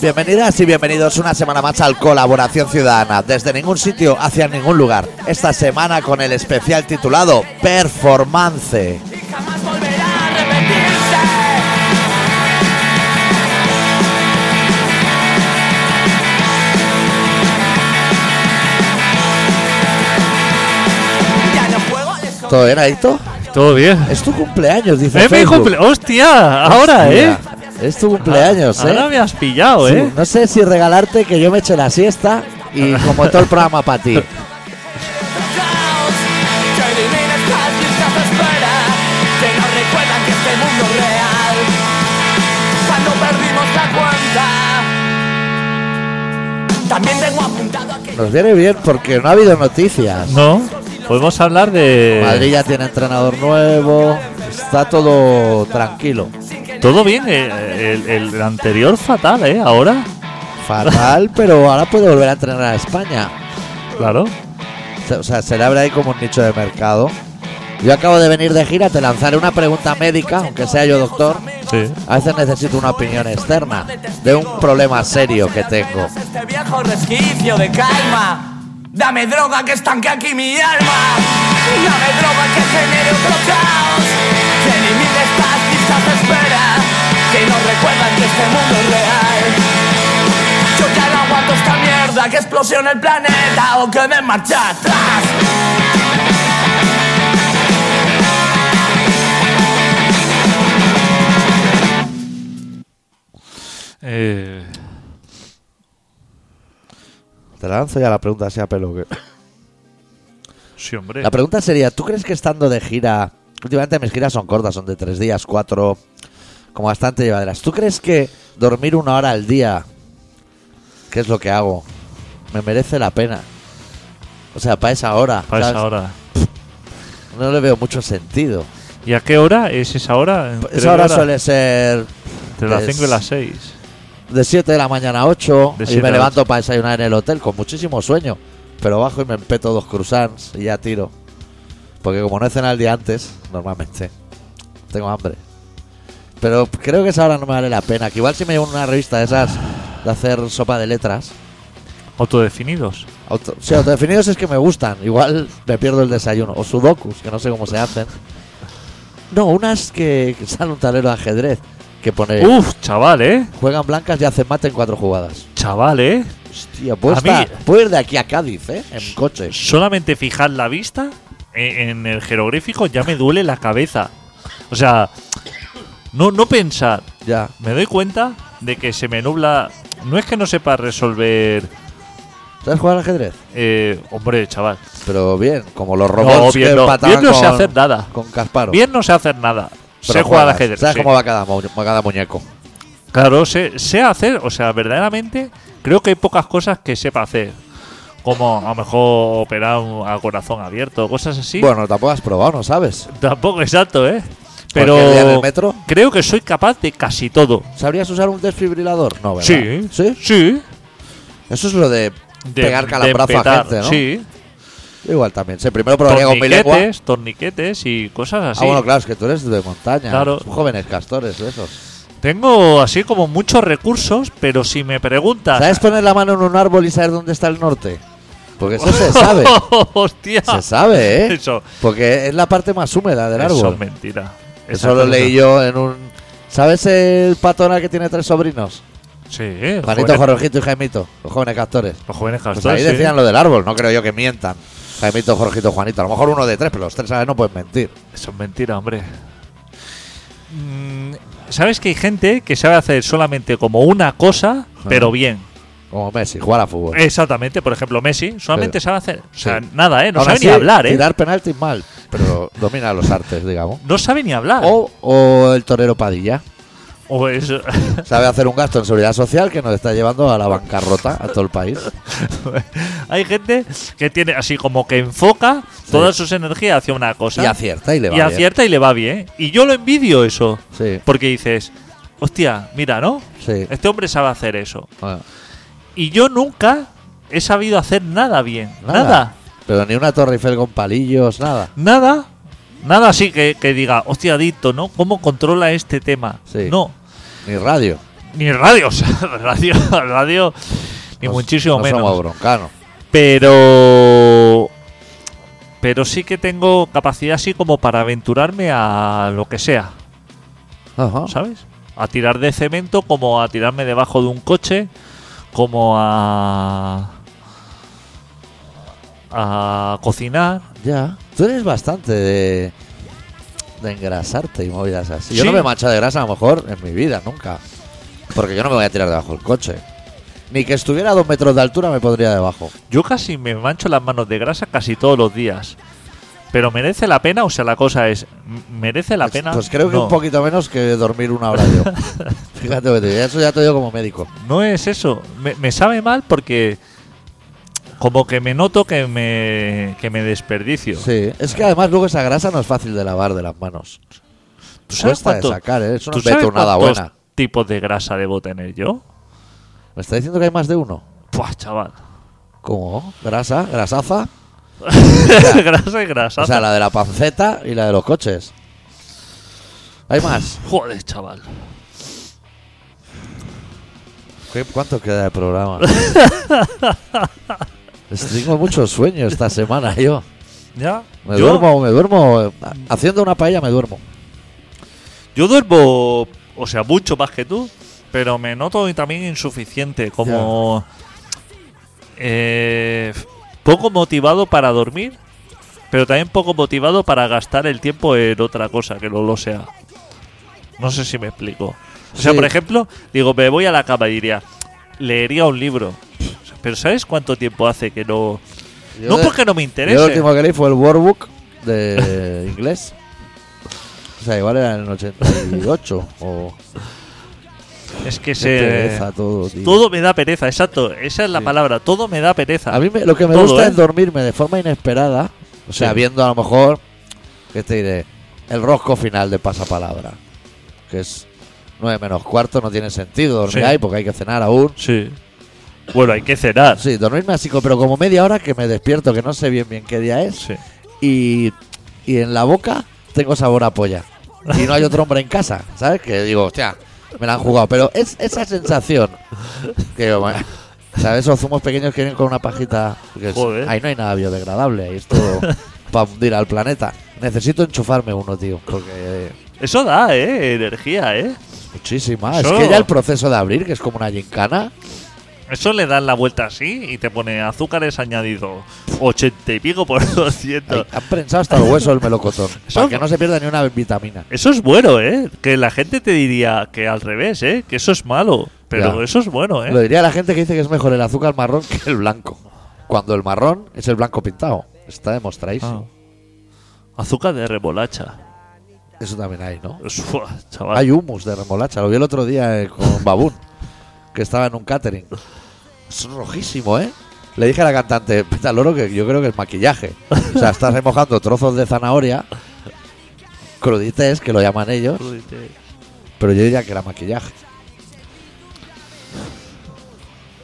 Bienvenidas y bienvenidos una semana más al Colaboración Ciudadana, desde ningún sitio hacia ningún lugar. Esta semana con el especial titulado Performance. y jamás volverá a repetirse. Ya no juego al escondite. ¿Todo era, Hito? Todo bien. Es tu cumpleaños, dice ¡Eh, mi Facebook. cumple- ¡Hostia! Ahora, ¿eh? Ah, Mira, Es tu cumpleaños, ¿eh? Ahora me has pillado, Sí, ¿eh? No sé si regalarte que yo me eche la siesta y como todo el programa para ti. Caos, que elimina estas listas de espera, que nos recuerdan que este mundo es real. Cuando perdimos la cuenta, también tengo apuntado a que Nos viene bien porque no ha habido noticias. No. Podemos hablar de. Madrid ya tiene entrenador nuevo, está todo tranquilo. Todo bien. eh, El, el anterior fatal, ¿eh? Ahora. Fatal, pero ahora puede volver a entrenar a España. Claro. Se- O sea, se le abre ahí como un nicho de mercado. Yo acabo de venir de gira, te lanzaré una pregunta médica, aunque sea yo doctor. Sí. A veces necesito una opinión externa de un problema serio que tengo. este viejo resquicio de calma. Dame droga que estanque aquí mi alma. Dame droga que genere otro caos. Que elimine estas listas de espera. Que nos recuerdan que este mundo es real. Yo ya no aguanto esta mierda. Que explosione el planeta o que me marcha atrás. Eh, Te lanzo ya la pregunta, sea pelo. que- sí, hombre. La pregunta sería, ¿tú crees que estando de gira, últimamente mis giras son cortas, son de tres días, cuatro, como bastante llevaderas, ¿tú crees que dormir una hora al día, que es lo que hago, me merece la pena? O sea, para esa hora. Para esa ¿sabes? hora. No le veo mucho sentido. ¿Y a qué hora es esa hora? ¿Entre Pues Esa hora hora- suele ser Entre las es- 5 y las 6. de 7 de la mañana a 8 De y siete me a levanto para desayunar en el hotel con muchísimo sueño. Pero bajo y me empeto dos croissants y ya tiro. Porque como no he cenado el día antes, normalmente, tengo hambre. Pero creo que esa hora no me vale la pena. Que igual si me llevo una revista de esas de hacer sopa de letras. Autodefinidos. Auto, sí, autodefinidos es que me gustan. Igual me pierdo el desayuno. O sudokus, que no sé cómo se hacen. No, unas que, que sale un tablero de ajedrez que pone... Uf, chaval, ¿eh? Juegan blancas y hacen mate en cuatro jugadas. Chaval, ¿eh? Hostia, puedo, A mí- Em. estar- puedo ir de aquí a Cádiz, ¿eh? En coche. solamente fijar la vista en, en el jeroglífico ya me duele la cabeza. O sea, no, no pensar. Ya. Me doy cuenta de que se me nubla. No es que no sepa resolver. ¿Sabes jugar al ajedrez? eh, hombre, chaval. Pero bien, como los robots bien que no. empataban Bien no sé con- hacer nada. Con Kasparov. Bien, no sé hacer nada. Pero sé jugar al juegas. ajedrez. ¿Sabes sí. cómo va cada, mu- cada muñeco? Claro, sé, sé hacer, o sea, verdaderamente creo que hay pocas cosas que sepa hacer. Como a lo mejor operar un- a corazón abierto, cosas así. Bueno, tampoco has probado, ¿no sabes? Tampoco exacto, ¿eh? Pero Cualquier día en el metro. creo que soy capaz de casi todo. ¿Sabrías usar un desfibrilador? No, ¿verdad? Sí, ¿Sí? sí. Eso es lo de, De- pegar de calambrazo a petar, gente, ¿no? Sí. Igual también. Sí, primero probaría con mi lengua. Torniquetes, torniquetes y cosas así. Ah, bueno, claro, es que tú eres de montaña. Claro. Son jóvenes castores esos. Tengo así como muchos recursos, pero si me preguntas. ¿Sabes poner la mano en un árbol y saber dónde está el norte? Porque eso se sabe. ¡Hostia! Se sabe, ¿eh? Eso. Porque es la parte más húmeda del Eso árbol. es mentira. Eso lo leí yo en un. ¿Sabes el patona que tiene tres sobrinos? Sí, eh, los Juanito, jóvenes- Jorgito y Jaimito, los jóvenes castores. Los jóvenes Pues castores. ahí sí. decían lo del árbol, no creo yo que mientan. Jaimito, Jorgito, Juanito. A lo mejor uno de tres, pero los tres ¿sabes? no pueden mentir. Eso es mentira, hombre. Mm, ¿Sabes que hay gente que sabe hacer solamente como una cosa, pero bien? Como Messi, jugar a fútbol. Eh, Exactamente, por ejemplo, Messi solamente Pues- Pero- sabe hacer. O sea, sí. nada, ¿eh? No Aún sabe así, ni hablar, ¿eh? Tirar penaltis mal, pero domina los artes, digamos. No sabe ni hablar. O, o el torero Padilla. O es- Sabe hacer un gasto en seguridad social que nos está llevando a la bancarrota a todo el país. hay gente que tiene así como que enfoca todas sus energías hacia una cosa. Y acierta y le va Y bien. acierta y le va bien. Y yo lo envidio eso. Sí. Porque dices, hostia, mira, ¿no? Sí. Este hombre sabe hacer eso. Bueno, Y yo nunca he sabido hacer nada bien. nada. nada. Pero ni una Torre Eiffel con palillos, nada. nada, nada así que, que diga, hostia, adicto, ¿no? ¿Cómo controla este tema? Sí. No, Ni radio. ni radios, radio, radio, ni No- muchísimo Pues no menos. Somos broncanos. Pero. Pero sí que tengo capacidad así como para aventurarme a lo que sea, Ajá. ¿sabes? A tirar de cemento, como a tirarme debajo de un coche, como a. a cocinar. Ya. Tú eres bastante de, de engrasarte y movidas así. Yo Sí. no me he manchado de grasa a lo mejor en mi vida, nunca. Porque yo no me voy a tirar debajo del coche. Ni que estuviera a dos metros de altura me pondría debajo. Yo casi me mancho las manos de grasa casi todos los días. Pero merece la pena, o sea, la cosa es, m- ¿merece la Pues- pena? Pues creo que No. un poquito menos que dormir una hora yo. Fíjate, lo que te digo, eso ya te digo como médico. No es eso. Me, me sabe mal porque como que me noto que me, que me desperdicio. Sí, es que además luego esa grasa no es fácil de lavar de las manos. ¿Tú sabes Cuesta de cuánto- sacar, ¿eh? Eso no ¿tú es betonada cuántos buena. tipos de grasa debo tener yo? ¿Me está diciendo que hay más de uno? Buah, chaval. ¿Cómo? ¿Grasa? ¿Grasaza? grasa y grasa. O sea, la de la panceta y la de los coches. Hay más. Joder, chaval. ¿Qué- ¿Cuánto queda de programa? Es- Tengo mucho sueño esta semana yo. ¿Ya? Me yo, duermo, me duermo. eh, Haciendo una paella me duermo. yo duermo, o sea, mucho más que tú, pero me noto también insuficiente, como... eh, poco motivado para dormir, pero también poco motivado para gastar el tiempo en otra cosa que no lo sea. No sé si me explico. O sea, Sí. por ejemplo, digo, me voy a la cama y diría, leería un libro. Pero ¿sabes cuánto tiempo hace que no...? Yo no de- porque no me Yo lo interese. último que leí fue el Workbook de inglés. O sea, igual era en el 88 o... Es que Qué se... pereza todo, tío. Todo me da pereza, exacto. Esa es la palabra. Todo me da pereza. A mí me- lo que me Todo, gusta ¿eh? es dormirme de forma inesperada. O sea, Sí. viendo a lo mejor, que te diré, el rosco final de pasapalabra. Que es 9 menos cuarto, no tiene sentido dormir Sí. ahí porque hay que cenar aún. Sí. Bueno, hay que cenar. Sí, dormirme así, co- pero como media hora que me despierto, que no sé bien bien qué día es. Sí. Y, y en la boca tengo sabor a polla. Y no hay otro hombre en casa, ¿sabes? Que digo, hostia, me la han jugado. Pero es esa sensación. Que digo, bueno, ¿sabes? Esos zumos pequeños que vienen con una pajita. que es- Joder. Ahí no hay nada biodegradable, ahí es todo para hundir al planeta. Necesito enchufarme uno, tío, porque. eh, Eso da, ¿eh? Energía, ¿eh? Muchísima. Eso- Es que ya el proceso de abrir, que es como una gincana. Eso le dan la vuelta así y te pone azúcares añadidos. 80 y pico por ahí 200. han prensado hasta el hueso el melocotón. Eso- para que no se pierda ni una vitamina. Eso es bueno, ¿eh? Que la gente te diría que al revés, ¿eh? Que eso es malo. Pero Ya. eso es bueno, Lo ¿eh? diría la gente que dice que es mejor el azúcar marrón que el blanco. Cuando el marrón es el blanco pintado. Está Ah. demostradísimo. Azúcar de remolacha. Eso también hay, ¿no? Es- Fua, chaval. Hay humus de remolacha. Lo vi el otro día eh, con Babún, que estaba en un catering. Es rojísimo, ¿eh? Le dije a la cantante, "Vete al loro que yo creo que es maquillaje. O sea, estás remojando trozos de zanahoria, crudites, que lo llaman ellos, pero yo diría que era maquillaje.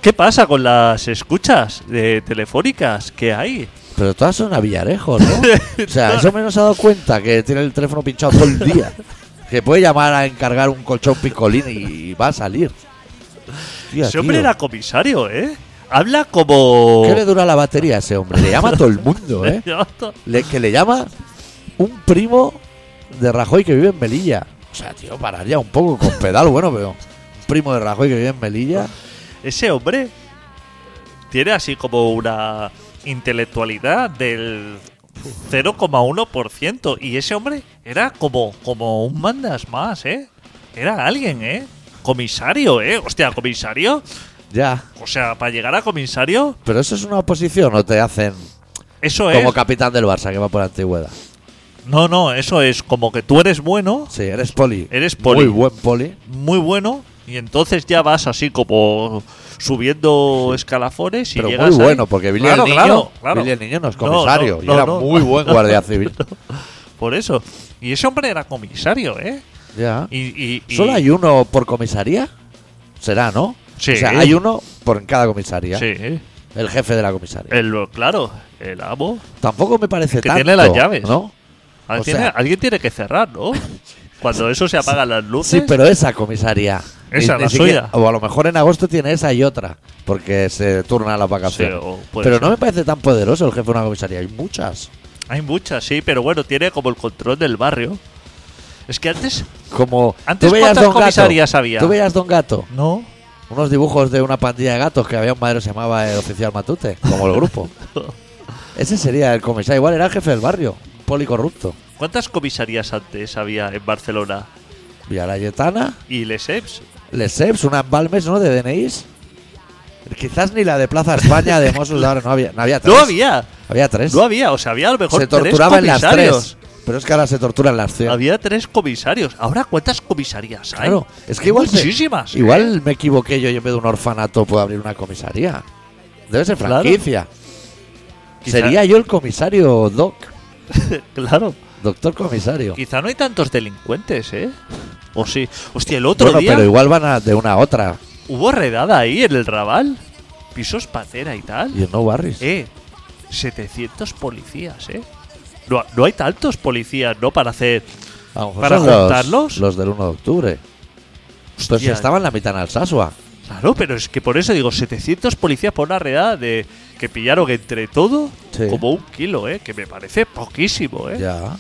¿Qué pasa con las escuchas de telefónicas que hay? Pero todas son a Villarejo, ¿no? O sea, eso menos ha dado cuenta que tiene el teléfono pinchado todo el día. Que puede llamar a encargar un colchón picolín y, y va a salir. Tía, Ese hombre tío, era comisario, ¿eh? Habla como... ¿Qué le dura la batería a ese hombre? Le llama a todo el mundo, ¿eh? Le- que le llama un primo de Rajoy que vive en Melilla. O sea, tío, parar ya un poco con pedal, bueno, pero un primo de Rajoy que vive en Melilla. Ese hombre tiene así como una intelectualidad del 0,1%. Y ese hombre era como, como un mandas más, ¿eh? Era alguien, ¿eh? Comisario, ¿eh? Hostia, comisario. Ya. O sea, para llegar a comisario, Pero eso es una oposición o te hacen eso es... como capitán del Barça que va por antigüedad. No, no, eso es como que tú eres bueno, Sí, eres poli. Eres poli. Muy buen poli. muy bueno, y entonces ya vas así como subiendo escalafones y pero llegas muy ahí. bueno, porque Billy Claro, el Niño, claro, claro. Billy el Niño no es No, no, comisario y no, era no. muy buen guardia civil. Por eso. Y ese hombre era comisario, ¿eh? ya. Y, y- y- ¿Solo hay uno por comisaría? Será, ¿no? Sí. O sea, hay uno por en cada comisaría. Sí, El jefe de la comisaría. el, claro, el amo. Tampoco me parece que tanto. tiene las llaves. ¿no? Alguien, O sea- tiene, alguien tiene que cerrar, ¿no? Cuando eso se apagan las luces. Sí, pero esa comisaría Esa Ni- es la ni siquiera- suya. o a lo mejor en agosto tiene esa y otra, porque se turnan las vacaciones. Sí, o puede Pero ser. no me parece tan poderoso el jefe de una comisaría, hay muchas. Hay muchas, sí, pero bueno, tiene como el control del barrio. Es que antes. Como Antes, tú veías ¿cuántas Don Gato, comisarías había? Tú veías Don Gato, No. unos dibujos de una pandilla de gatos que había un madero que se llamaba el oficial Matute, como el grupo. Ese sería el comisario, igual era el jefe del barrio, un policorrupto. ¿Cuántas comisarías antes había en Barcelona? Villalayetana, Y Lesseps. Lesseps, unas Balmes, ¿no? De DNIs. Quizás ni la de Plaza España de Mossos de ahora no había. No había tres. No había. Había tres. No había. O sea, había a lo mejor se torturaba en tres las comisarios. tres. Pero es que ahora se torturan las tres. Había tres comisarios. Ahora, ¿cuántas comisarías hay? Claro, es que Hay igual. se- Muchísimas. ¿eh? igual me equivoqué yo y en vez de un orfanato puedo abrir una comisaría. Debe ser Claro. franquicia. Quizá- Sería yo el comisario Doc. ¿eh? claro. Doctor comisario. Quizá no hay tantos delincuentes, ¿eh? O sí. Hostia, el otro Bueno, día pero igual van a- de una a otra. hubo redada ahí en el Raval. Pisos pacera y tal. Y en No Barris. Eh, 700 policías, ¿eh? No, no hay tantos policías, ¿no? Para hacer... A lo mejor ¿para son los- juntarlos? Los, del 1 de octubre. Pues Hostia, estaban la mitad en Alsasua. Claro, pero es que por eso digo, 700 policías por una redada de que pillaron entre todo Sí. como un kilo, ¿eh? Que me parece poquísimo, ¿eh? Ya.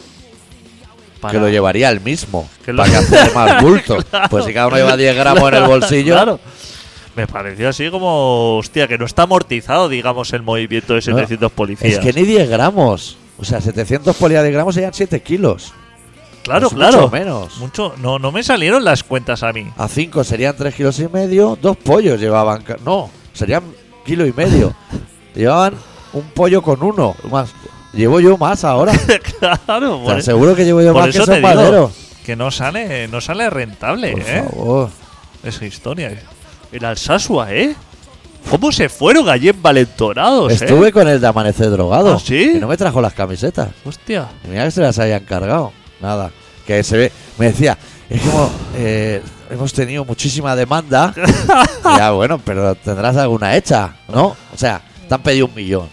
Para- Que lo llevaría el mismo. Que lo- Para que hacer más bulto. Pues si cada uno lleva 10 gramos en el bolsillo. Claro. Me pareció así como, hostia, que no está amortizado, digamos, el movimiento de 700 policías. Es que ni 10 gramos. O sea, 700 polillas de gramos serían 7 kilos. claro, es claro. Pues Mucho menos. Mucho- no, no me salieron las cuentas a mí. A 5 serían 3 kilos y medio. Dos pollos llevaban. ca- No, serían kilo y medio. llevaban un pollo con uno. Más. Llevo yo más ahora. Te claro, por, e- aseguro que llevo yo por más que eso te esos digo maderos. que no sale, no sale rentable, Por ¿eh? favor. Esa historia. El Alsasua, ¿eh? ¿Cómo se fueron allí envalentonados, eh? Estuve con el de amanecer drogado. ¿Ah, sí? Y no me trajo las camisetas. Hostia. Y Mira que se las hayan cargado. Nada. Que se ve. Me decía, es como. eh, hemos tenido muchísima demanda. ya, bueno, pero tendrás alguna hecha, ¿no? O sea, te han pedido un millón.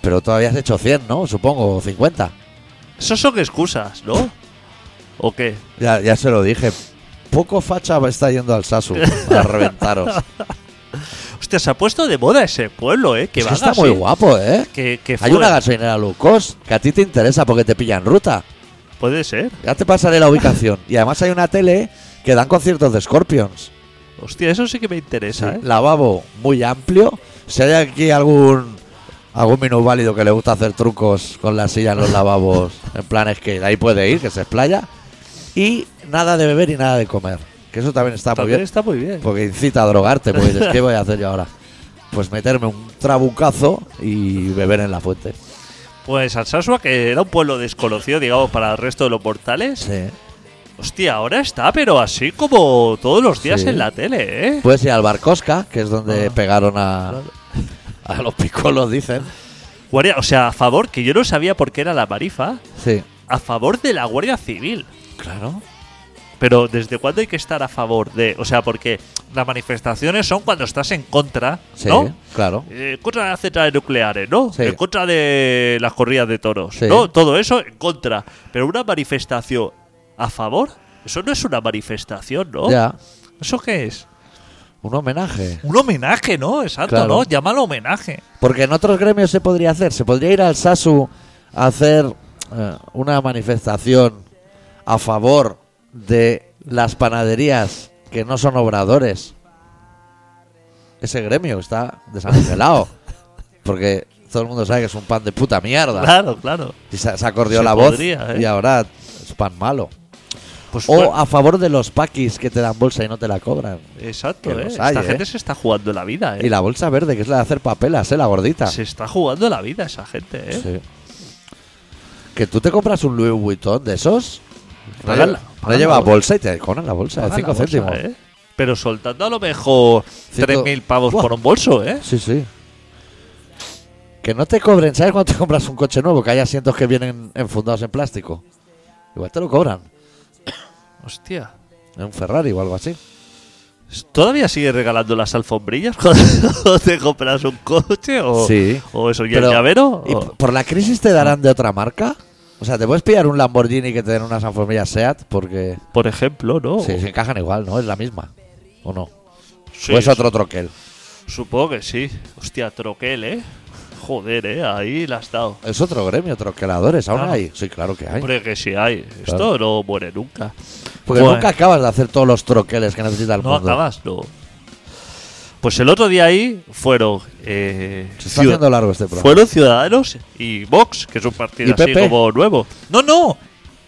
Pero todavía has hecho 100, ¿no? Supongo, o 50. Eso son excusas, ¿no? ¿O qué? Ya, ya se lo dije. Poco facha va- está yendo al Sasu para reventaros. Hostia, se ha puesto de moda ese pueblo, ¿eh? Que Es va que está muy guapo, ¿eh? Que, que Hay fue- una gasolinera low cost que a ti te interesa porque te pillan ruta. Puede ser. Ya te pasaré la ubicación. Y además hay una tele que dan conciertos de Scorpions. Hostia, eso sí que me Sí, interesa, ¿eh? Lavabo muy amplio. Si hay aquí algún algún minusválido que le gusta hacer trucos con la silla en los lavabos, en plan es que ahí puede ir, que se explaya. Y nada de beber y nada de comer. Que eso también está muy También bien. está muy bien. Porque incita a drogarte, porque dices, ¿qué voy a hacer yo ahora? Pues meterme un trabucazo y beber en la fuente. Pues Alsasua, que era un pueblo desconocido, digamos, para el resto de los mortales. Sí. Hostia, ahora está, pero así como todos los días Sí. en la tele, ¿eh? Puedes ir al bar Cosca, que es donde Ah, pegaron a, a los picolos, dicen. Guardia- o sea, a favor, que yo no sabía por qué era la marifa, Sí. a favor de la Guardia Civil. Claro. Pero ¿desde cuándo hay que estar a favor de...? O sea, porque las manifestaciones son cuando estás en contra, Sí, ¿no? claro. Eh, En contra de las centrales nucleares, ¿no? Sí. En contra de las corridas de toros, Sí. ¿no? Todo eso en contra. Pero una manifestación a favor, eso no es una manifestación, ¿no? Ya. ¿Eso qué es? Un homenaje. Un homenaje, ¿no? Exacto, Claro. ¿no? Llámalo homenaje. Porque en otros gremios se podría hacer. Se podría ir al SASU a hacer eh, una manifestación a favor de las panaderías que no son obradores. Ese gremio está desangelado. porque todo el mundo sabe que es un pan de puta mierda. Claro, claro. Y se, se acordió Se la podría, voz ¿eh? y ahora es pan malo. Pues O bueno, a favor de los paquis que te dan bolsa y no te la cobran. exacto, que ¿eh? los Esta hay, ¿eh? gente se está jugando la vida, ¿eh? Y la bolsa verde, que es la de hacer papelas, ¿eh? La gordita. Se está jugando la vida esa gente, ¿eh? Sí. Que tú te compras un Louis Vuitton de esos. No, Pagan lle- la- no pagan lleva la bolsa. bolsa y te cobran la bolsa de Paga 5 la bolsa, céntimos. ¿eh? Pero soltando a lo mejor Ciento- 3.000 pavos Buah. por un bolso, ¿eh? Sí, sí. Que no te cobren, ¿sabes cuando te compras un coche nuevo? Que hay asientos que vienen enfundados en plástico. Igual te lo cobran. Hostia. En un Ferrari o algo así. ¿Todavía sigue regalando las alfombrillas cuando te compras un coche? ¿O, Sí. o eso? ¿Y Pero- el llavero? ¿Y O- p- por la crisis te darán de otra marca? O sea, ¿te puedes pillar un Lamborghini que te den unas alfombrillas SEAT? Porque Por ejemplo, ¿no? se, se encajan igual, ¿no? Es la misma. ¿O no? Sí, ¿O es otro troquel? Supongo que sí. Hostia, troquel, ¿eh? Joder, ¿eh? Ahí la has dado. Es otro gremio, troqueladores. ¿Aún Claro. hay? Sí, claro que hay. Hombre, que sí hay. Esto ¿Eh? Claro. no muere nunca. Porque Joder. nunca acabas de hacer todos los troqueles que necesita el pues- No mundo. acabas, no. Pues el otro día ahí fueron. eh, Se está ciu- haciendo largo este programa. fueron Ciudadanos y Vox, que es un partido ¿Y así PP? como nuevo. No, no.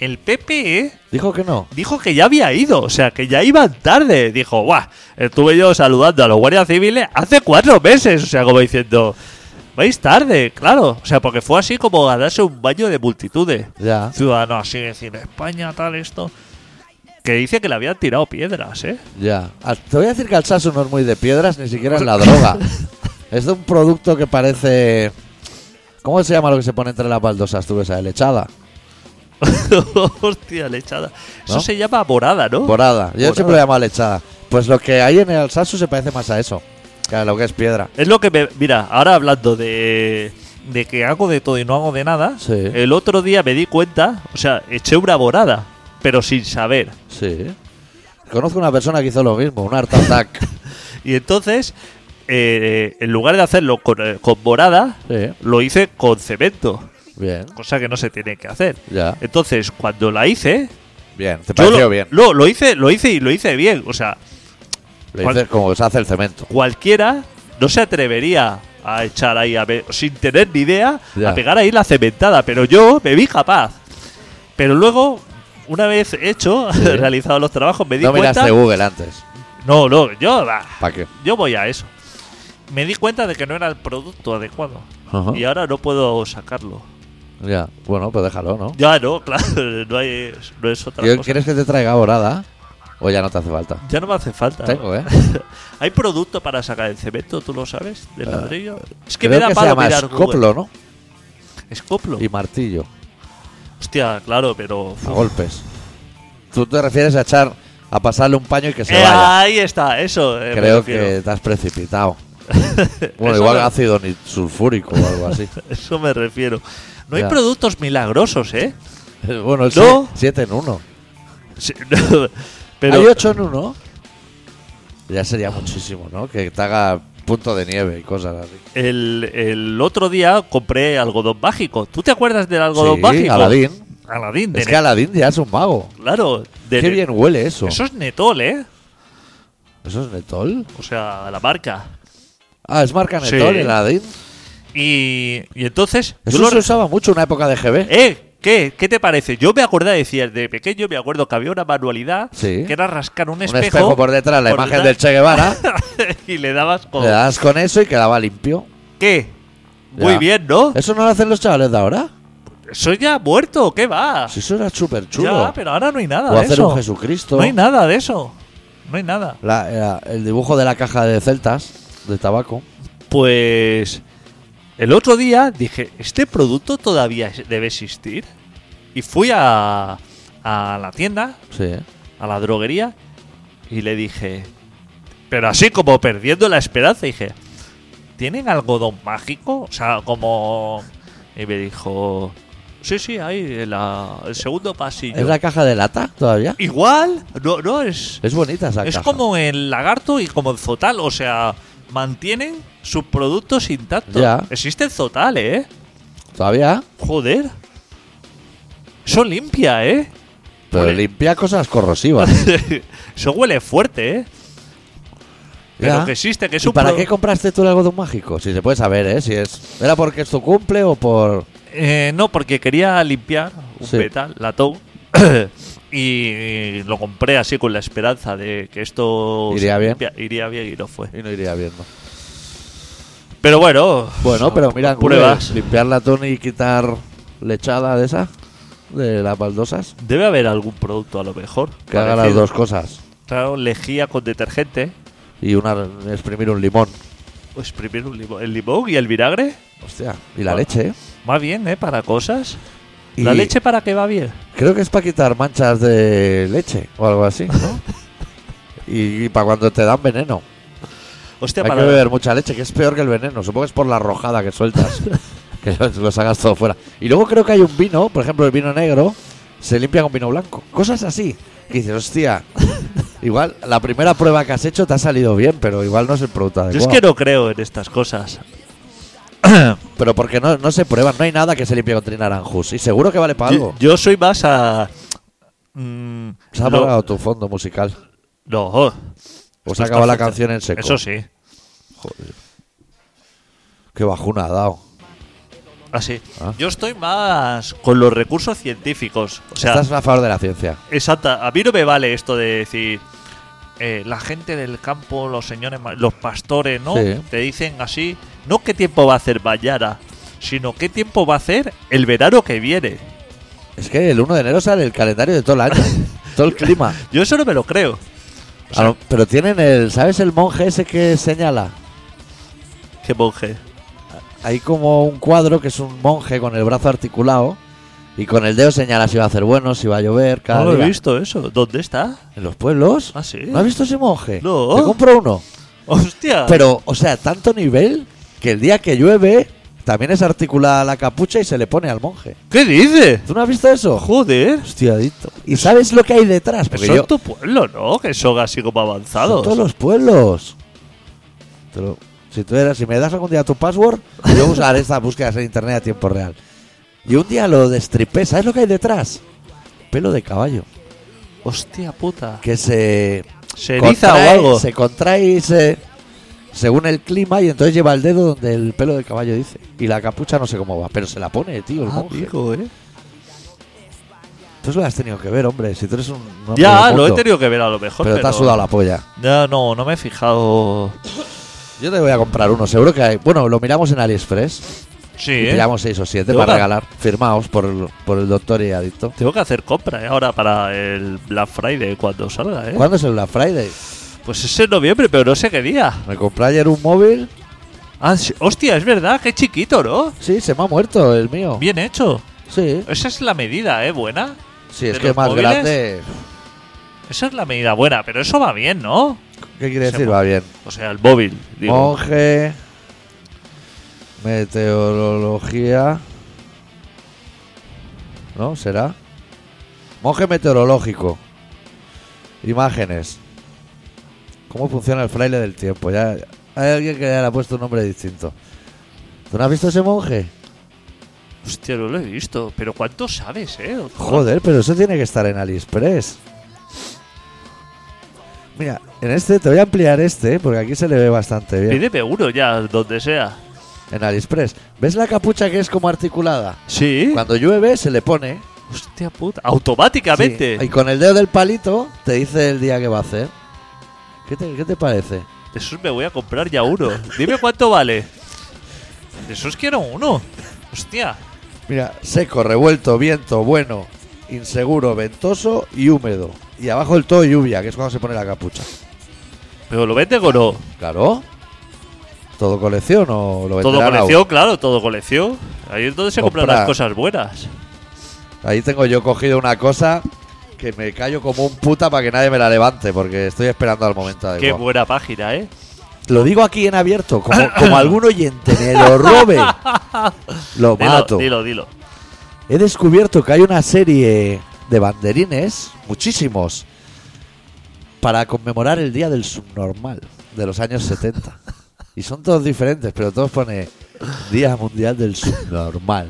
El ¿eh? PPE Dijo que no. dijo que ya había ido, o sea, que ya iban tarde. Dijo, guau, estuve yo saludando a los guardias civiles hace cuatro meses, o sea, como diciendo, vais tarde, claro. O sea, porque fue así como a darse un baño de multitudes. Ya. Ciudadanos, así decir, España, tal, esto. Que dice que le habían tirado piedras, ¿eh? Ya. Ah, Te voy a decir que Alsasu no es muy de piedras, ni siquiera en la droga. Es de un producto que parece. ¿Cómo se llama lo que se pone entre las baldosas? ¿Tú ves a él? Echada. Hostia, lechada. Eso ¿No? se llama morada, ¿no? Borada. Yo Borada. siempre lo he llamado lechada. Pues lo que hay en el Alsasu se parece más a eso. Que a lo que es piedra. Es lo que me. Mira, ahora hablando de. De que hago de todo y no hago de nada. Sí. El otro día me di cuenta, o sea, eché una morada, pero sin saber. Sí. Conozco una persona que hizo lo mismo, un art attack. Y entonces, eh, en lugar de hacerlo con, eh, con morada, sí. lo hice con cemento, Bien. cosa que no se tiene que hacer. Ya. Entonces, cuando la hice, Bien. Te yo pareció lo, bien. lo- lo hice, lo hice y lo hice bien. O sea, Lo cual- dices como se hace el cemento. cualquiera no se atrevería a echar ahí a ver, sin tener ni idea, Ya. a pegar ahí la cementada, pero yo me vi capaz. Pero luego, una vez hecho, Sí. realizado los trabajos, me di No cuenta. miraste Google antes. No, no, yo. bah, ¿Para qué? Yo voy a eso. Me di cuenta de que no era el producto adecuado. Ajá. Y ahora no puedo sacarlo. Ya. Bueno, pues déjalo, ¿no? Ya no, claro, no, hay, no es otra ¿Qué- cosa. ¿Quieres que te traiga borada? O ya no te hace falta. Ya no me hace falta. Tengo, ¿eh? ¿Hay producto para sacar el cemento, tú lo sabes? ¿Del ladrillo? Es que Ah, Creo me da que se palo llama mirar Google. escoplo, ¿no? Escoplo. Y martillo, Hostia, claro, pero. a golpes. Tú te refieres a echar, a pasarle un paño y que se Eh, vaya. ahí está, eso. eh, me Creo refiero. que te has precipitado. Bueno, Eso igual no- ácido ni sulfúrico o algo así. Eso me refiero. No hay Ya. productos milagrosos, ¿eh? bueno, el No. 7 en 1. Sí, no, pero. ¿Hay 8 en 1? Ya sería muchísimo, ¿no? Que te haga punto de nieve y cosas así. El, el otro día compré algodón mágico. ¿Tú te acuerdas del algodón Sí, mágico? Aladín. Aladín, de Es ne- que Aladín ya es un mago. claro. de Qué ne- bien huele eso. Eso es Netol, ¿eh? ¿Eso es Netol? O sea, la marca. Ah, es marca Sí. Netol, el Aladín. Y, y entonces. yo Eso lo se re- usaba mucho en una época de GB. ¿Eh? ¿Qué? ¿Qué te parece? Yo me acordaba, decía, de pequeño me acuerdo que había una manualidad Sí. que era rascar un un espejo. espejo por detrás, la por imagen del detrás, Che Guevara. y le dabas con. Le das con eso y quedaba limpio. ¿Qué? Ya. Muy bien, ¿no? ¿Eso no lo hacen los chavales de ahora? Eso ya ha muerto, ¿qué va? Si eso era súper chulo. ya, pero ahora no hay nada o de hacer eso. un Jesucristo. No hay nada de eso. No hay nada. La- la- el dibujo de la caja de celtas, de tabaco. Pues el otro día dije, ¿este producto todavía es- debe existir? Y fui a, a la tienda, Sí. ¿eh? a la droguería, y le dije, pero así como perdiendo la esperanza, dije, ¿tienen algodón mágico? O sea, como... Y me dijo, sí, sí, ahí, en la- el segundo pasillo. ¿Es la caja de lata todavía? Igual, no, no es... Es bonita esa Es caja. como el lagarto y como el zotal, o sea, mantienen sus productos intactos. Ya. Existe el zotal, ¿eh? Todavía. Joder. Eso limpia, ¿eh? Pero Huele. limpia cosas corrosivas. Eso huele fuerte, ¿eh? Pero Ya. que existe, que es ¿Y un para pro- qué compraste tú el algodón mágico? Si se puede saber, ¿eh? Si es... ¿Era porque es tu cumple o por...? Eh, no, porque quería limpiar un Sí. metal, latón. y lo compré así con la esperanza de que esto Iría se bien. limpia- iría bien y no fue. Y no iría viendo. Pero bueno, Bueno, pero mira, pruebas. limpiar latón y quitar lechada de esa, de las baldosas, Debe haber algún producto a lo mejor. que haga las parecido. dos cosas. Claro, lejía con detergente. Y una exprimir un limón. O exprimir un limo- el limón y el vinagre. Hostia, y la Ah. leche, ¿eh? Más bien, ¿eh? Para cosas. Y ¿La leche para qué va bien? Creo que es para quitar manchas de leche o algo así, ¿no? y, para cuando te dan veneno. Hostia, Hay para. que beber mucha leche, que es peor que el veneno. Supongo que es por la arrojada que sueltas. que lo, lo sacas todo fuera. Y luego creo que hay un vino, por ejemplo, el vino negro, se limpia con vino blanco. Cosas así. Que dices, hostia, Igual la primera prueba que has hecho te ha salido bien, pero igual no es el producto Yo adecuado. es que no creo en estas cosas. Pero porque no, no se prueban, no hay nada que se limpie con trinaranjus. Y seguro que vale para algo. Yo, yo soy más a. mm, Se ha lo- apagado tu fondo musical. No. O Esto se ha está acabado Pues la fuerte. canción en seco. Eso sí. Qué bajuna ha dado. Así. Ah. Yo estoy más con los recursos científicos. O sea, Estás a favor de la ciencia. exacta. A mí no me vale esto de decir. eh, la gente del campo, los señores, ma- los pastores, ¿no? Sí. Te dicen así, no qué tiempo va a hacer mañana, sino qué tiempo va a hacer el verano que viene. Es que el 1 de enero sale el calendario de todo el año. todo el clima. Yo eso no me lo creo. O sea, A lo- pero tienen el. ¿Sabes el monje ese que señala? Qué monje. Hay como un cuadro que es un monje con el brazo articulado y con el dedo señala si va a hacer bueno, si va a llover, cada no lo día. he visto eso. ¿Dónde está? ¿En los pueblos? Ah, sí. ¿No has visto ese monje? No. Ah. Te compro uno. Hostia. Pero, o sea, tanto nivel que el día que llueve también es articulada la capucha y se le pone al monje. ¿Qué dices? ¿Tú no has visto eso? Joder. Pues Hostiadito. ¿Y sabes lo que hay detrás? Porque Son yo- tu pueblo, ¿no? Que son así como son avanzados. todos los pueblos. Te lo- si, tú eras, si me das algún día tu password, yo usaré estas búsquedas en internet a tiempo real. Y un día lo destripé. ¿Sabes lo que hay detrás? Pelo de caballo. Hostia puta. Que se ¿Se eriza contrae- o algo? Se contrae y se- según el clima y entonces lleva el dedo donde el pelo del caballo dice. Y la capucha no sé cómo va, pero se la pone, tío, el Ah, monje. amigo, ¿eh? Tú lo has tenido que ver, hombre. Si tú eres un. hombre Ya, de lo he mundo, tenido que ver a lo mejor. Pero te ha sudado la polla. No, no, no me he fijado. Yo te voy a comprar uno, seguro que hay. Bueno, lo miramos en AliExpress. Sí, Y ¿eh? pillamos 6 o 7 Yo para la- regalar. Firmaos por el, por el doctor y adicto. Tengo que hacer compra ¿eh? ahora para el Black Friday cuando salga, ¿eh? ¿Cuándo es el Black Friday? Pues es en noviembre, pero no sé qué día. Me compré ayer un móvil. Ah, sí. Hostia, es verdad, qué chiquito, ¿no? Sí, se me ha muerto el mío. Bien hecho. Sí, Esa es la medida, ¿eh? Buena. sí, es ¿De que los más móviles? grande. Esa es la medida buena, pero eso va bien, ¿no? ¿Qué quiere Se decir? mu- Va bien. O sea, el móvil, digo. Oh, Monje. Meteorología. ¿No? ¿Será? Monje meteorológico. Imágenes. ¿Cómo funciona el fraile del tiempo? Ya, hay alguien que le ha puesto un nombre distinto. ¿Tú no has visto ese monje? Hostia, no lo he visto. Pero ¿cuánto sabes, eh? Joder, pero eso tiene que estar en AliExpress. Mira, en este te voy a ampliar este, porque aquí se le ve bastante bien. Pídeme uno ya, donde sea. En AliExpress. ¿Ves la capucha que es como articulada? Sí. Cuando llueve se le pone. Hostia puta. Automáticamente. Sí, Y con el dedo del palito te dice el día que va a hacer. ¿Qué te, qué te parece? De esos me voy a comprar ya uno. Dime cuánto vale. De esos quiero uno. Hostia. Mira, seco, revuelto, viento, bueno, inseguro, ventoso y húmedo. Y abajo el todo lluvia, que es cuando se pone la capucha. Pero lo venden o no. Pues Claro. ¿Todo colección o lo Todo venderán colección, claro, todo colección. Ahí es donde se compran Comprar. las cosas buenas. aún? Ahí tengo yo cogido una cosa que me callo como un puta para que nadie me la levante, porque estoy esperando al momento adecuado. Qué buena página, eh. Lo digo aquí en abierto, como, como algún oyente me lo robe, lo mato. Dilo, dilo, dilo. He descubierto que hay una serie de banderines, muchísimos, para conmemorar el Día del Subnormal de los años 70. Y son todos diferentes, pero todos pone Día Mundial del Subnormal.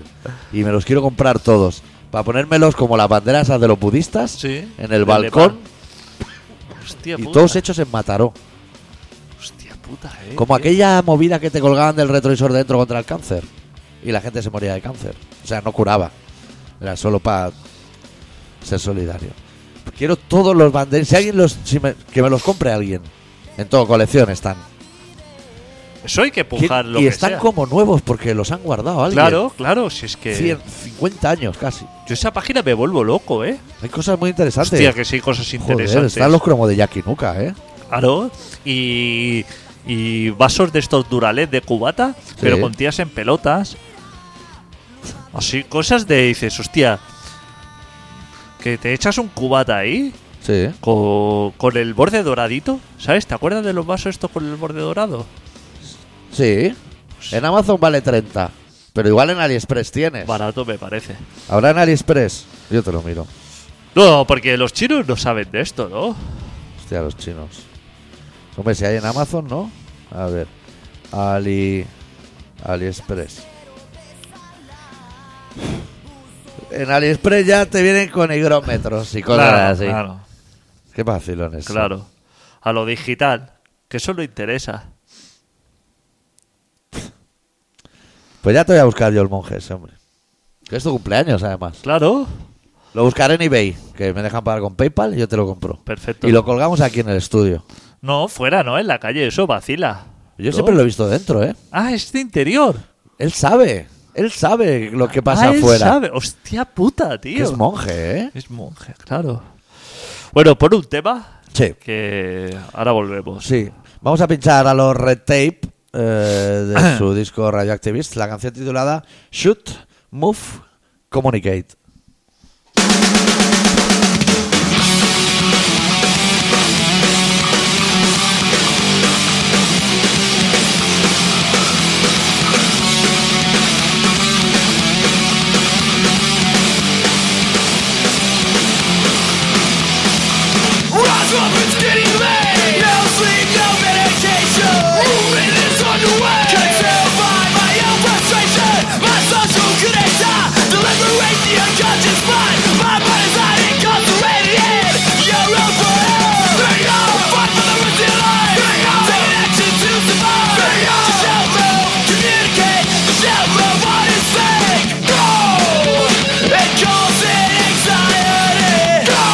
Y me los quiero comprar todos, para ponérmelos como las banderas esas de los budistas Sí. en el balcón Nepal. Hostia y puta. todos hechos en Mataró. Hostia puta, eh. Como aquella movida que te colgaban del retrovisor dentro contra el cáncer. Y la gente se moría de cáncer. O sea, no curaba. Era solo para ser solidario. Quiero todos los banderines. Si alguien los. si me- que me los compre alguien. En todo, colección están. Eso hay que pujar ¿Quién- lo y que están sea. como nuevos porque los han guardado alguien. Claro, claro, si es que. 100, 50 años casi. Yo esa página me vuelvo loco, ¿eh? Hay cosas muy interesantes. Hostia, que sí, hay cosas Joder, interesantes. están los cromos de Jackie Nuka, ¿eh? Claro, y, y vasos de estos Duralez de cubata, pero con tías en pelotas. Así, cosas de dices, hostia, que te echas un cubata ahí Sí. con, con el borde doradito, ¿sabes? ¿Te acuerdas de los vasos estos con el borde dorado? Sí. En Amazon vale 30. Pero igual en AliExpress tienes. Barato me parece. Habrá en AliExpress. Yo te lo miro. No, porque los chinos no saben de esto, ¿no? Hostia, los chinos. Hombre, si hay en Amazon, ¿no? A ver. Ali. AliExpress. En AliExpress ya te vienen con higrómetros y cosas claro, así. claro, Qué vacilones. claro. A lo digital, que eso lo interesa. Pues ya te voy a buscar yo el monje ese, hombre. Que es tu cumpleaños, además. Claro, Lo buscaré en eBay, que me dejan pagar con PayPal y yo te lo compro. perfecto. Y lo colgamos aquí en el estudio. No, fuera, no, en la calle, eso vacila. Yo ¿No? siempre lo he visto dentro, ¿eh? Ah, es de interior. Él sabe. Él sabe lo que pasa Ah, él afuera. sabe. Hostia puta, Que tío. es monje, ¿eh? Es monje, claro. Bueno, por un tema Sí. que ahora volvemos. Sí. Vamos a pinchar a los Red Tape eh, de su disco Radioactivist, la canción titulada Shoot, Move, Communicate. Rise up, it's getting late. No sleep, no medication. Movement is underway. Concealed by my own frustration. My social connector. Deliberate the unconscious mind. My body's not incarcerated. You're up for it. Bring on. Fight for the rest of your life. Bring on. Take an action to survive. Bring on. To shout, move, communicate. To shout, move, what is fake? Go. It calls it anxiety. Go.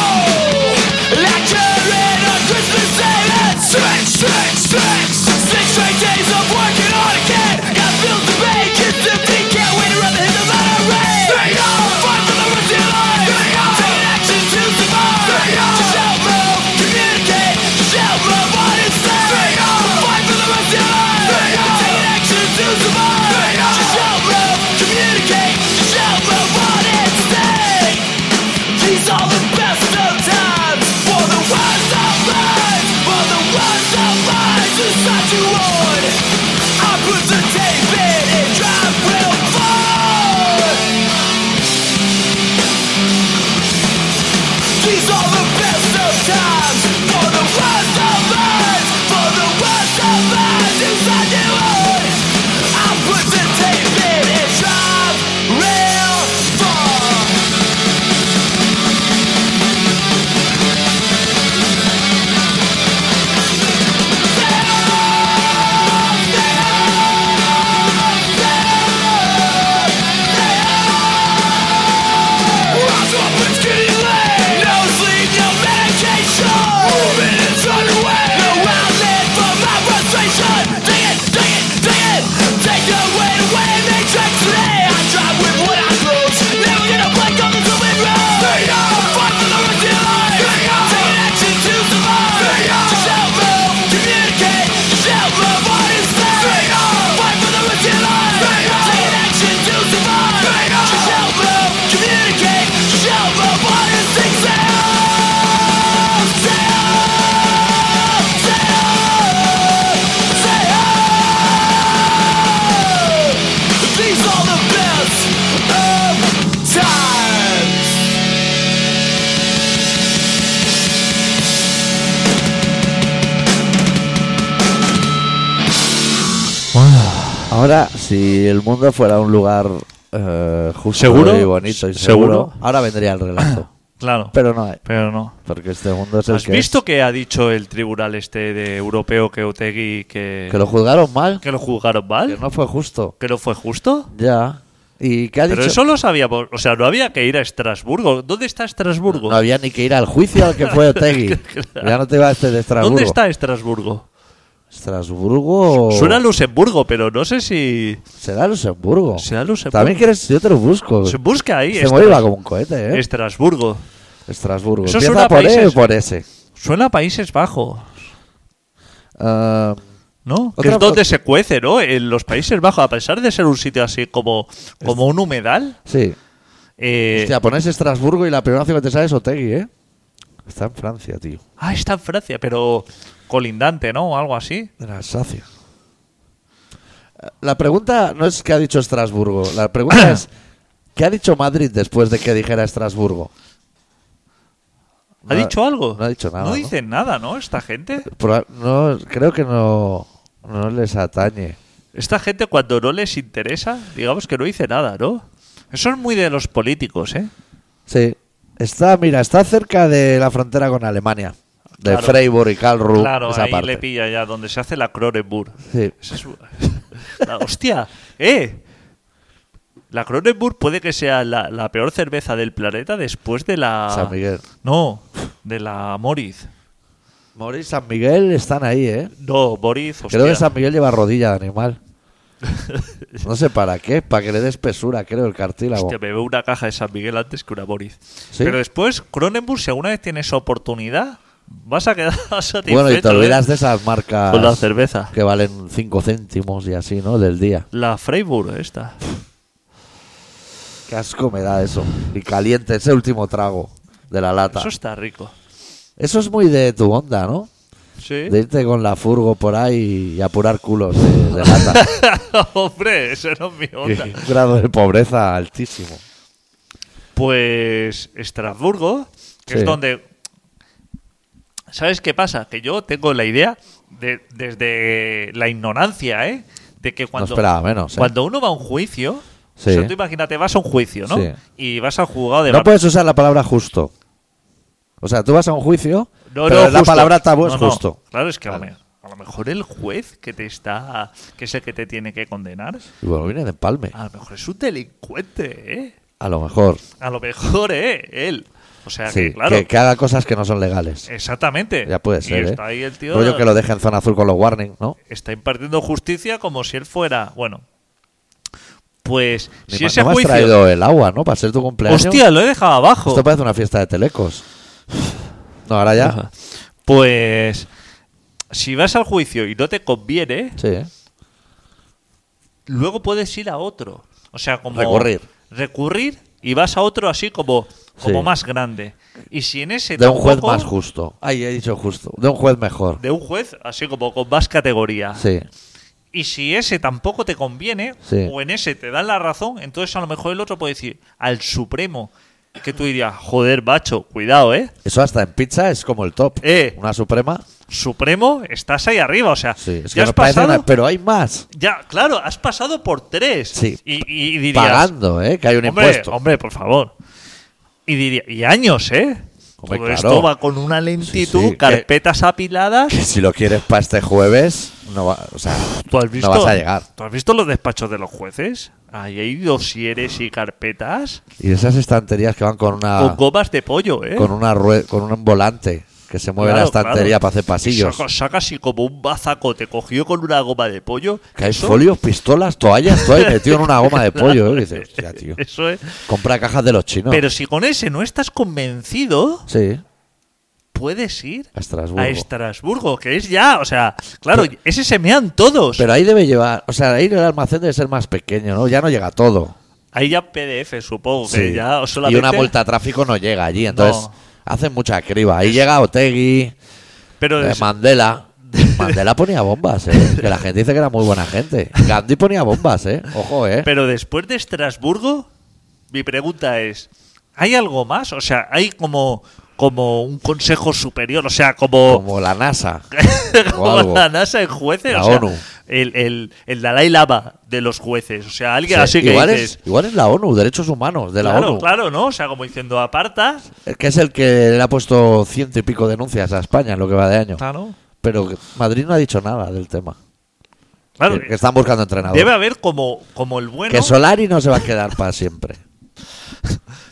Lecturing on Christmas Eve at six, six, six. Six straight days of working on a kid. Got bills to pay, kids to feed, can't wait around the hills without a rain. Stay up, fight for the rest of your life. Stay up, take action to survive. Stay up, just shout, move, communicate, just shout, move, what is that? Stay up, fight for the rest of your life. Stay up, take action to survive. Stay up, just shout, move, communicate, just shout, move, what is that? These are the best of times for the worst of lies, for the worst of lies is such a one. I put the tape in and drive will fall. These are the best of times for the worst of lies, for the worst of lies is such a one. I put the tape in and drive will fall. Rise up, it's getting late. No sleep, no medication. Movement is underway. No outlet for my frustration. Dig it, dig it, dig it. Take the weight away, matrix today. I drive with what I lose. Never gonna blink on the human road. Stay up, fight for the rest of your life. Stay up, take an action to survive. Stay up, just shout, move, communicate. Just shout, move, what is that? Stay up, fight for the rest of your life. Stay up, take an action to survive. Stay up, just shout, move, communicate. Just shout, move, what is that? Stay up, stay up, stay up. These are the best of times. Ahora, si el mundo fuera un lugar eh, justo ¿Seguro? y bonito y seguro, ¿Seguro? ahora vendría el relato. Claro, Pero no hay, pero no. porque este mundo es el ¿Has que, visto que ha dicho el tribunal este de europeo que Otegui que, es. que lo juzgaron mal, que lo juzgaron que mal? no fue justo. ¿Que no fue justo? Ya. ¿Y qué ha Pero dicho? eso lo sabíamos. O sea, no había que ir a Estrasburgo. ¿Dónde está Estrasburgo? No había ni que ir al juicio al que fue Otegui. Ya no te iba este de Estrasburgo. ¿Dónde está Estrasburgo? Estrasburgo. Suena a Luxemburgo, pero no sé si Será Luxemburgo. será Luxemburgo. También quieres, yo te lo busco. Se busca ahí. Pues Se Estra- mueva como un cohete, ¿eh? Estrasburgo. Estrasburgo. Eso Empieza suena a por E o países. por S. Suena a Países Bajos, Ah, ¿no? Otra que es donde cosa- se cuece, ¿no? En los Países Bajos, a pesar de ser un sitio así como, como un humedal. sí. eh, Hostia, pones Estrasburgo y la primera opción que te sale es Otegui, ¿eh? Está en Francia, tío. ah, está en Francia, pero colindante, ¿no? O algo así. En Alsacia. Eh, La pregunta no es qué ha dicho Estrasburgo. La pregunta es qué ha dicho Madrid después de que dijera Estrasburgo. ¿Ha No, dicho algo? no ha dicho nada, No ¿no? dicen nada, ¿no? Esta gente. Proba- no, creo que no, no les atañe. Esta gente cuando no les interesa, digamos que no dice nada, ¿no? Eso es muy de los políticos, ¿eh? Sí. Está, mira, está cerca de la frontera con Alemania. De Claro. Freiburg y Karlsruhe. claro, esa ahí parte. le pilla ya donde se hace la Cronenburg. Sí. Esa es u- la hostia, eh. La Cronenburg puede que sea la, la peor cerveza del planeta después de la San Miguel. No, de la Moriz. Morir San Miguel están ahí, ¿eh? No, Moriz, hostia. Creo que San Miguel lleva rodilla de animal. No sé para qué, para que le des pesura, creo, el cartílago. Hostia, me veo una caja de San Miguel antes que una Moriz. Sí. Pero después, Cronenburg, si alguna vez tienes oportunidad, vas a quedar satisfecho. bueno, y te ¿eh? olvidas de esas marcas Con la cerveza. que valen 5 céntimos y así, ¿no? Del día. La Freiburg, esta. Qué asco me da eso. Y caliente, ese último trago de la lata. Eso está rico. Eso es muy de tu onda, ¿no? Sí. De irte con la furgo por ahí y apurar culos de, de lata. Hombre, eso no es mi onda. Un grado de pobreza altísimo. Pues Estrasburgo, que Sí. es donde... ¿Sabes qué pasa? Que yo tengo la idea, de- desde la ignorancia, ¿eh? De que cuando, esperaba menos, ¿eh? cuando uno va a un juicio... Sí. o sea, tú imagínate, vas a un juicio, ¿no? Sí. Y vas al juzgado de... No Bar- puedes usar la palabra justo. O sea, tú vas a un juicio, No, pero no, la justo. palabra tabú No, es no. justo. Claro, es que a, lo, Vale. me- a lo mejor el juez que te está... que es el que te tiene que condenar, Y bueno, viene de empalme. a lo mejor es un delincuente, ¿eh? A lo mejor. A lo mejor, ¿eh? Él. O sea, Sí, que, claro. que, que haga cosas que no son legales. Exactamente. Ya puede ser, y ¿eh? está ahí el tío. Rollo que lo deje en zona azul con los warning, ¿no? Está impartiendo justicia como si él fuera. Bueno. Pues. Ni si ma- ese no me has juicio. traído el agua, ¿no? Para ser tu cumpleaños. Hostia, lo he dejado abajo. Esto parece una fiesta de telecos. No, ahora ya. Ajá. Pues. Si vas al juicio y no te conviene, Sí, ¿eh? luego puedes ir a otro. O sea, como. Recurrir. Recurrir y vas a otro así como. Como Sí. más grande. Y si en ese. De un juez tampoco- más justo. Ay, he dicho justo. De un juez mejor. De un juez así como con más categoría. Sí. Y si ese tampoco te conviene, Sí. o en ese te dan la razón, entonces a lo mejor el otro puede decir al Supremo, que tú dirías, joder, macho, cuidado, ¿eh? Eso hasta en pizza es como el top. Eh. Una suprema. Supremo, estás ahí arriba, o sea, Sí, es que ya has no parece pasado... nada, pero hay más. Ya, claro, has pasado por tres. Sí. Y, y- y dirías... Pagando, ¿eh? Que hay un hombre, impuesto. hombre, por favor. Y diría, y años, ¿eh? Hombre, Todo claro. esto va con una lentitud, Sí, sí, que- carpetas apiladas. Que si lo quieres para este jueves, no, va- o sea, ¿Tú has no visto, vas a llegar. ¿Tú has visto los despachos de los jueces? Ahí hay dosieres y carpetas. Y esas estanterías que van con una Con gomas de pollo, ¿eh? Ah. con una rue- con un volante que se mueve la Claro, estantería claro. para hacer pasillos. Saca, saca así como un bazaco, te cogió con una goma de pollo. Que hay Eso- folios, pistolas, toallas, todo ahí metido en una goma de pollo. ¿eh? Y dices, hostia, tío. Eso es. Compra cajas de los chinos. Pero si con ese no estás convencido, sí, puedes ir a Estrasburgo. a Estrasburgo, que es ya, o sea, claro, ese se mean todos. Pero ahí debe llevar, o sea, ahí el almacén debe ser más pequeño, ¿no? Ya no llega todo. Ahí ya PDF, supongo, que Sí. ya Y solamente... una multa a tráfico no llega allí, entonces No. hacen mucha criba. Ahí llega Otegui, Pero eh, es- Mandela. Mandela ponía bombas, ¿eh? Que la gente dice que era muy buena gente. Gandhi ponía bombas, ¿eh? Ojo, ¿eh? Pero después de Estrasburgo, mi pregunta es, ¿hay algo más? O sea, ¿hay como, como un consejo superior? O sea, como, Como la NASA. como algo. la NASA en jueces. La o sea, ONU. El, el, el Dalai Lama de los jueces. O sea, alguien Sí, así que igual, dices... es, igual es la ONU, Derechos Humanos de la claro, ONU. claro, ¿no? O sea, como diciendo, aparta. Que es el que le ha puesto ciento y pico denuncias a España en lo que va de año. Claro. Pero que- Madrid no ha dicho nada del tema. Claro, que, que están buscando entrenador. debe haber como, como el bueno. Que Solari no se va a quedar para siempre.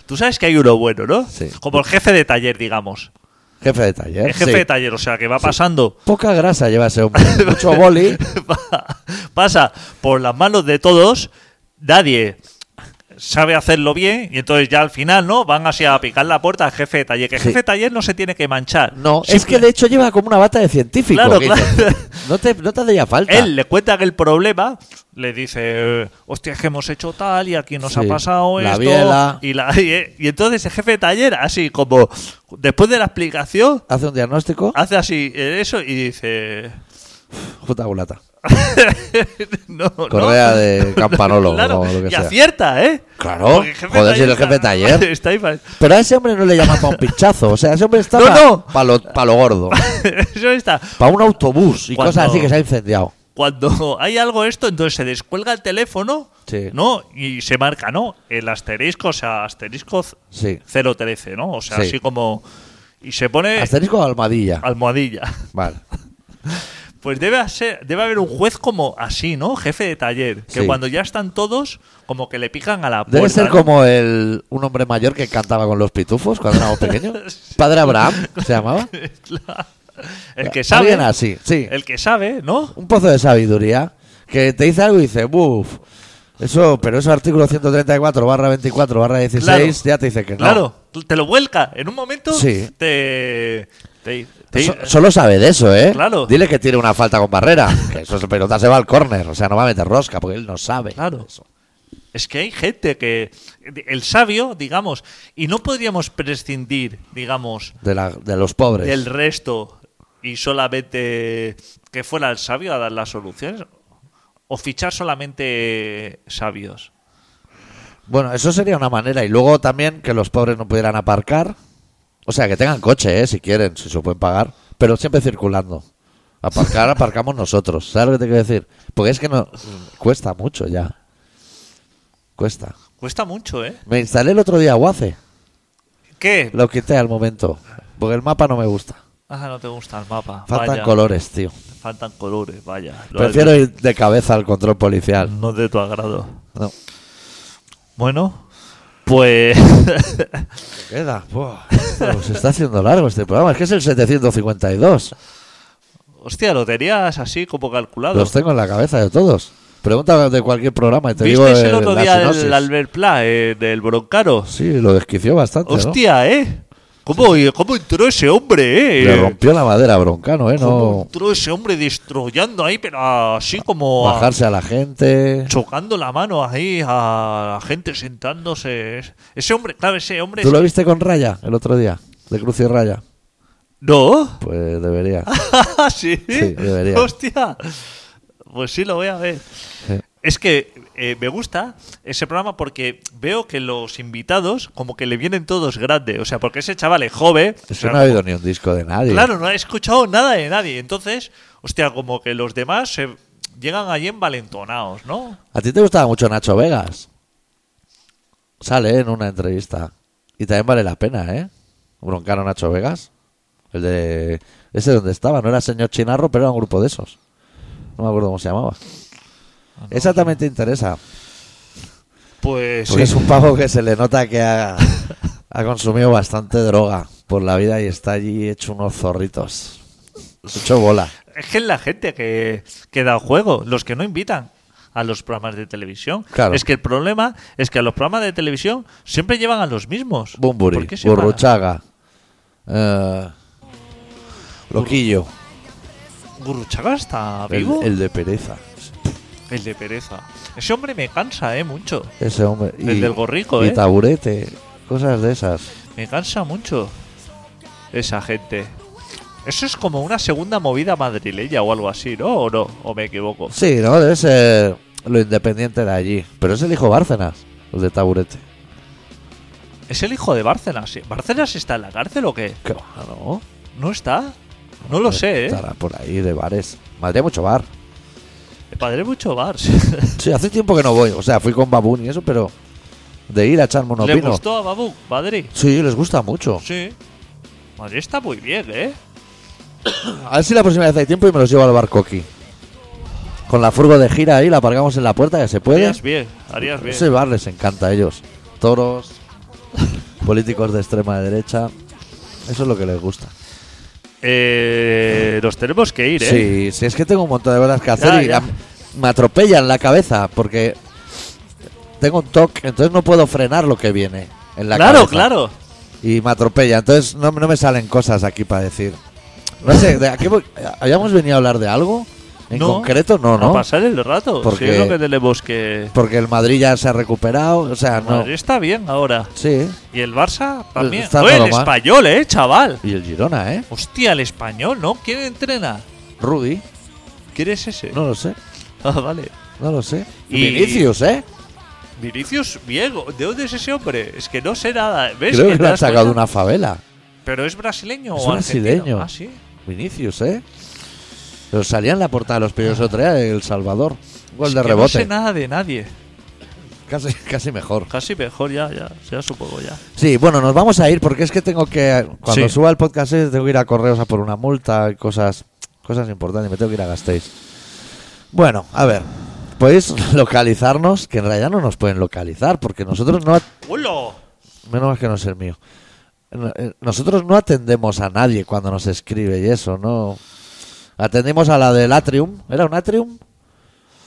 Tú sabes que hay uno bueno, ¿no? Sí. Como el jefe de taller, digamos. Jefe de taller. El jefe sí. de taller, o sea, que va pasando Poca grasa lleva ese hombre. Mucho boli. Pa- pasa por las manos de todos, nadie sabe hacerlo bien y entonces ya al final, ¿no? Van así a picar la puerta al jefe de taller, que el Sí. jefe de taller no se tiene que manchar. No, Simple- es que de hecho lleva como una bata de científico. Claro, que claro. dice, No te, no te haría falta. Él le cuenta que el problema, le dice, eh, hostia, es que hemos hecho tal y aquí nos Sí. ha pasado La esto. biela. Y, la, y, y entonces el jefe de taller, así como después de la explicación, Ah. Hace un diagnóstico, hace así eh, eso y dice, puta culata. no, no. Correa de campanolo Claro, o lo que y sea. acierta, ¿eh? Claro, Porque el jefe joder, de si el jefe de está- taller. está ahí para- Pero a ese hombre no le llama para un pinchazo. O sea, ese hombre está No, para no. lo, pa lo gordo. Eso está. Para un autobús y Cuando- cosas así que se ha incendiado. Cuando hay algo esto, entonces se descuelga el teléfono, Sí. ¿no? Y se marca, ¿no? El asterisco, o sea, asterisco c- Sí. 013, ¿no? O sea, Sí. así como... Y se pone Asterisco o almadilla. Ah. almohadilla. Vale. Pues debe, ser, debe haber un juez como así, ¿no? Jefe de taller. Que Sí. cuando ya están todos, como que le pican a la puerta. Debe ser ¿no? como el, un hombre mayor que cantaba con los pitufos cuando éramos pequeños. Padre Abraham, se llamaba. El que sabe... Alguien así, sí. El que sabe, ¿no? Un pozo de sabiduría que te dice algo y dice, buf. Eso, pero eso artículo 134 barra 24 barra 16 ya te dice que no. Claro, te lo vuelca. En un momento Sí. te, te- te- So- solo sabe de eso, ¿eh? Claro. Dile que tiene una falta con barrera. Que eso, esa pelota se va al córner. O sea, no va a meter rosca porque él no sabe. Claro. Eso. Es que hay gente que... El sabio, digamos, y no podríamos prescindir, digamos, De, la- de los pobres. del resto y solamente que fuera el sabio a dar las soluciones. O fichar solamente sabios. Bueno, eso sería una manera. Y luego también que los pobres no pudieran aparcar. O sea, que tengan coche, ¿eh? si quieren, si se lo pueden pagar. Pero siempre circulando. Aparcar, aparcamos nosotros. ¿Sabes lo que te quiero decir? Porque es que no cuesta mucho ya. Cuesta. Cuesta mucho, ¿eh? Me instalé el otro día Waze. ¿Qué? Lo quité al momento. Porque el mapa no me gusta. Ah, no te gusta el mapa. Faltan Vaya. colores, tío. Faltan colores, vaya. Lo Prefiero ir de cabeza al control policial. No de tu agrado. No. Bueno, pues. Queda. Buah, esto se está haciendo largo este programa. Es que es el 752. Hostia, lo tenías así como calculado. Los tengo en la cabeza de todos. Pregunta de cualquier programa y te digo ¿Visteis el eh, otro la día sinopsis. el Albert Pla eh, del Broncaro? Sí, lo desquició bastante, ¿no? Hostia, ¿eh? ¿Cómo, cómo entró ese hombre, eh? Le rompió la madera a broncano, ¿eh? ¿Cómo No entró ese hombre destrollando ahí, pero así como. a- bajarse a la gente. Chocando la mano ahí a la gente sentándose. Es- Ese hombre, claro, ese hombre. ¿Tú lo viste con Raya el otro día? De Cruz y Raya. ¿No? Pues debería. Ah. ¿Sí? Sí, debería. Hostia. Pues sí, lo voy a ver. Sí. Es que eh, me gusta ese programa porque veo que los invitados como que le vienen todos grandes. O sea, porque ese chaval es joven. o Es que sea, no ha habido ni un disco de nadie. Claro, no he escuchado nada de nadie. Entonces, hostia, como que los demás se llegan allí envalentonados, ¿no? ¿A ti te gustaba mucho Nacho Vegas? Sale ¿eh? en una entrevista. Y también vale la pena, ¿eh? Broncano Nacho Vegas. El de. Ese donde estaba, no era señor Chinarro, pero era un grupo de esos. No me acuerdo cómo se llamaba. Esa también te interesa. Pues Porque sí. es un pavo que se le nota que ha, ha consumido bastante droga por la vida y está allí hecho unos zorritos. Hecho bola. Es que es la gente que, que da juego, los que no invitan a los programas de televisión. Claro. Es que el problema es que a los programas de televisión siempre llevan a los mismos. Bumburi, ¿Por qué se Burruchaga. eh, Loquillo. para? Gurruchaga está El, vivo. El, el de pereza. de pereza. Ese hombre me cansa, eh, mucho. Ese hombre. Y, El del gorrico, y eh. taburete. Cosas de esas. Me cansa mucho esa gente. Eso es como una segunda movida madrileña o algo así, ¿no? ¿O no? ¿O me equivoco? Sí, ¿no? Debe ser lo independiente de allí. Pero es el hijo Bárcenas, el de taburete. Es el hijo de Bárcenas. ¿sí? ¿Bárcenas está en la cárcel o qué? Claro. ¿No está? No lo sé, ¿eh? Estará por ahí de bares. Madre, mucho bar. Padre mucho bar. Sí, hace tiempo que no voy. O sea, fui con Babun y eso, pero de ir a echarme unos ¿Le vinos. gustó a Babu, Madrid? Sí, les gusta mucho. Sí. Madrid está muy bien, ¿eh? A ver si la próxima vez hay tiempo y me los llevo al barco aquí. Con la furgo de gira ahí, la aparcamos en la puerta, que se puede. Harías bien, harías bien. Ese bar les encanta a ellos. Toros, políticos de extrema derecha. Eso es lo que les gusta. Eh, nos tenemos que ir, ¿eh? Sí, sí, es que tengo un montón de cosas que hacer Ya, y ya. la- me atropellan la cabeza porque tengo un toque, entonces no puedo frenar lo que viene en la claro, cabeza. claro. y me atropella. Entonces no, no me salen cosas aquí para decir. No sé, ¿de aquí, ¿habíamos venido a hablar de algo? En No, concreto, no, A ¿no? pasar el rato. Porque- Sí, es lo que tenemos que... Porque el Madrid ya se ha recuperado, o sea, no. Madrid está bien ahora. Sí, Y el Barça también. Está Oye, el todo mal. español, ¿eh, chaval? y el Girona, ¿eh? Hostia, el español, ¿no? ¿Quién entrena? Rudy, ¿Quieres ese? No lo sé, Ah, vale. no lo sé. Y- Vinicius, ¿eh? Vinicius Viego, ¿de dónde es ese hombre? Es que no sé nada. ¿Ves Creo que que te lo han das sacado de cuenta? una favela. Pero es brasileño Es o argentino? brasileño. Ah, sí. Vinicius, ¿eh? Pero salía en la portada de los periódicos el otro día de El Salvador. Un gol Es de que rebote. No sé nada de nadie. casi, casi mejor. Casi mejor ya, ya, ya supongo ya. Sí, bueno, nos vamos a ir porque es que tengo que. Cuando Sí. suba el podcast, ese, tengo que ir a correos a por una multa y cosas, cosas importantes. Me tengo que ir a Gasteiz. Bueno, a ver. Podéis localizarnos, que en realidad no nos pueden localizar porque nosotros no. ¡Hulo! Menos mal que no es el mío. No, eh, Nosotros no atendemos a nadie cuando nos escribe y eso, ¿no? Atendimos a la del Atrium. ¿Era un Atrium?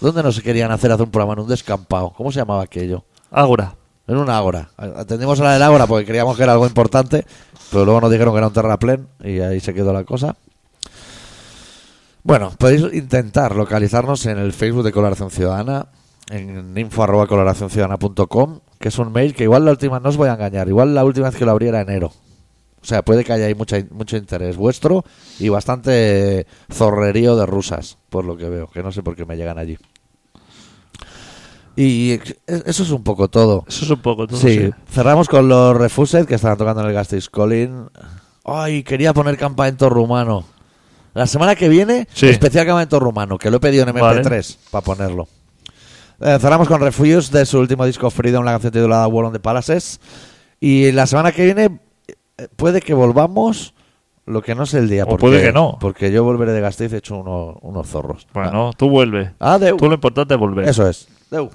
¿Dónde nos querían hacer hacer un programa? En un descampado. ¿Cómo se llamaba aquello? Ahora. En una Ágora. Atendimos a la del Ágora porque creíamos que era algo importante, pero luego nos dijeron que era un terraplén y ahí se quedó la cosa. Bueno, podéis intentar localizarnos en el Facebook de Coloración Ciudadana, en info arroba coloracionciudadana.com, que es un mail que igual la última, no os voy a engañar, igual la última vez que lo abrí era enero. O sea, puede que haya ahí mucha, mucho interés vuestro y bastante zorrerío de rusas, por lo que veo, que no sé por qué me llegan allí. Y eh, eso es un poco todo. Eso es un poco todo. Sí, cerramos con los Refused que estaban tocando en el Gasteiz Colin. Ay, quería poner campamento rumano. La semana que viene, Sí. especial campamento rumano, que lo he pedido en MP3 para ponerlo. Eh, cerramos con Refuse de su último disco Freedom, la canción titulada War on the Palaces. Y la semana que viene eh, puede que volvamos, lo que no sé el día. O puede que no. Porque yo volveré de Gasteiz hecho uno- unos zorros. Bueno, tú vuelve. Ah, adeu. Tú lo importante es volver. Eso es. Deu.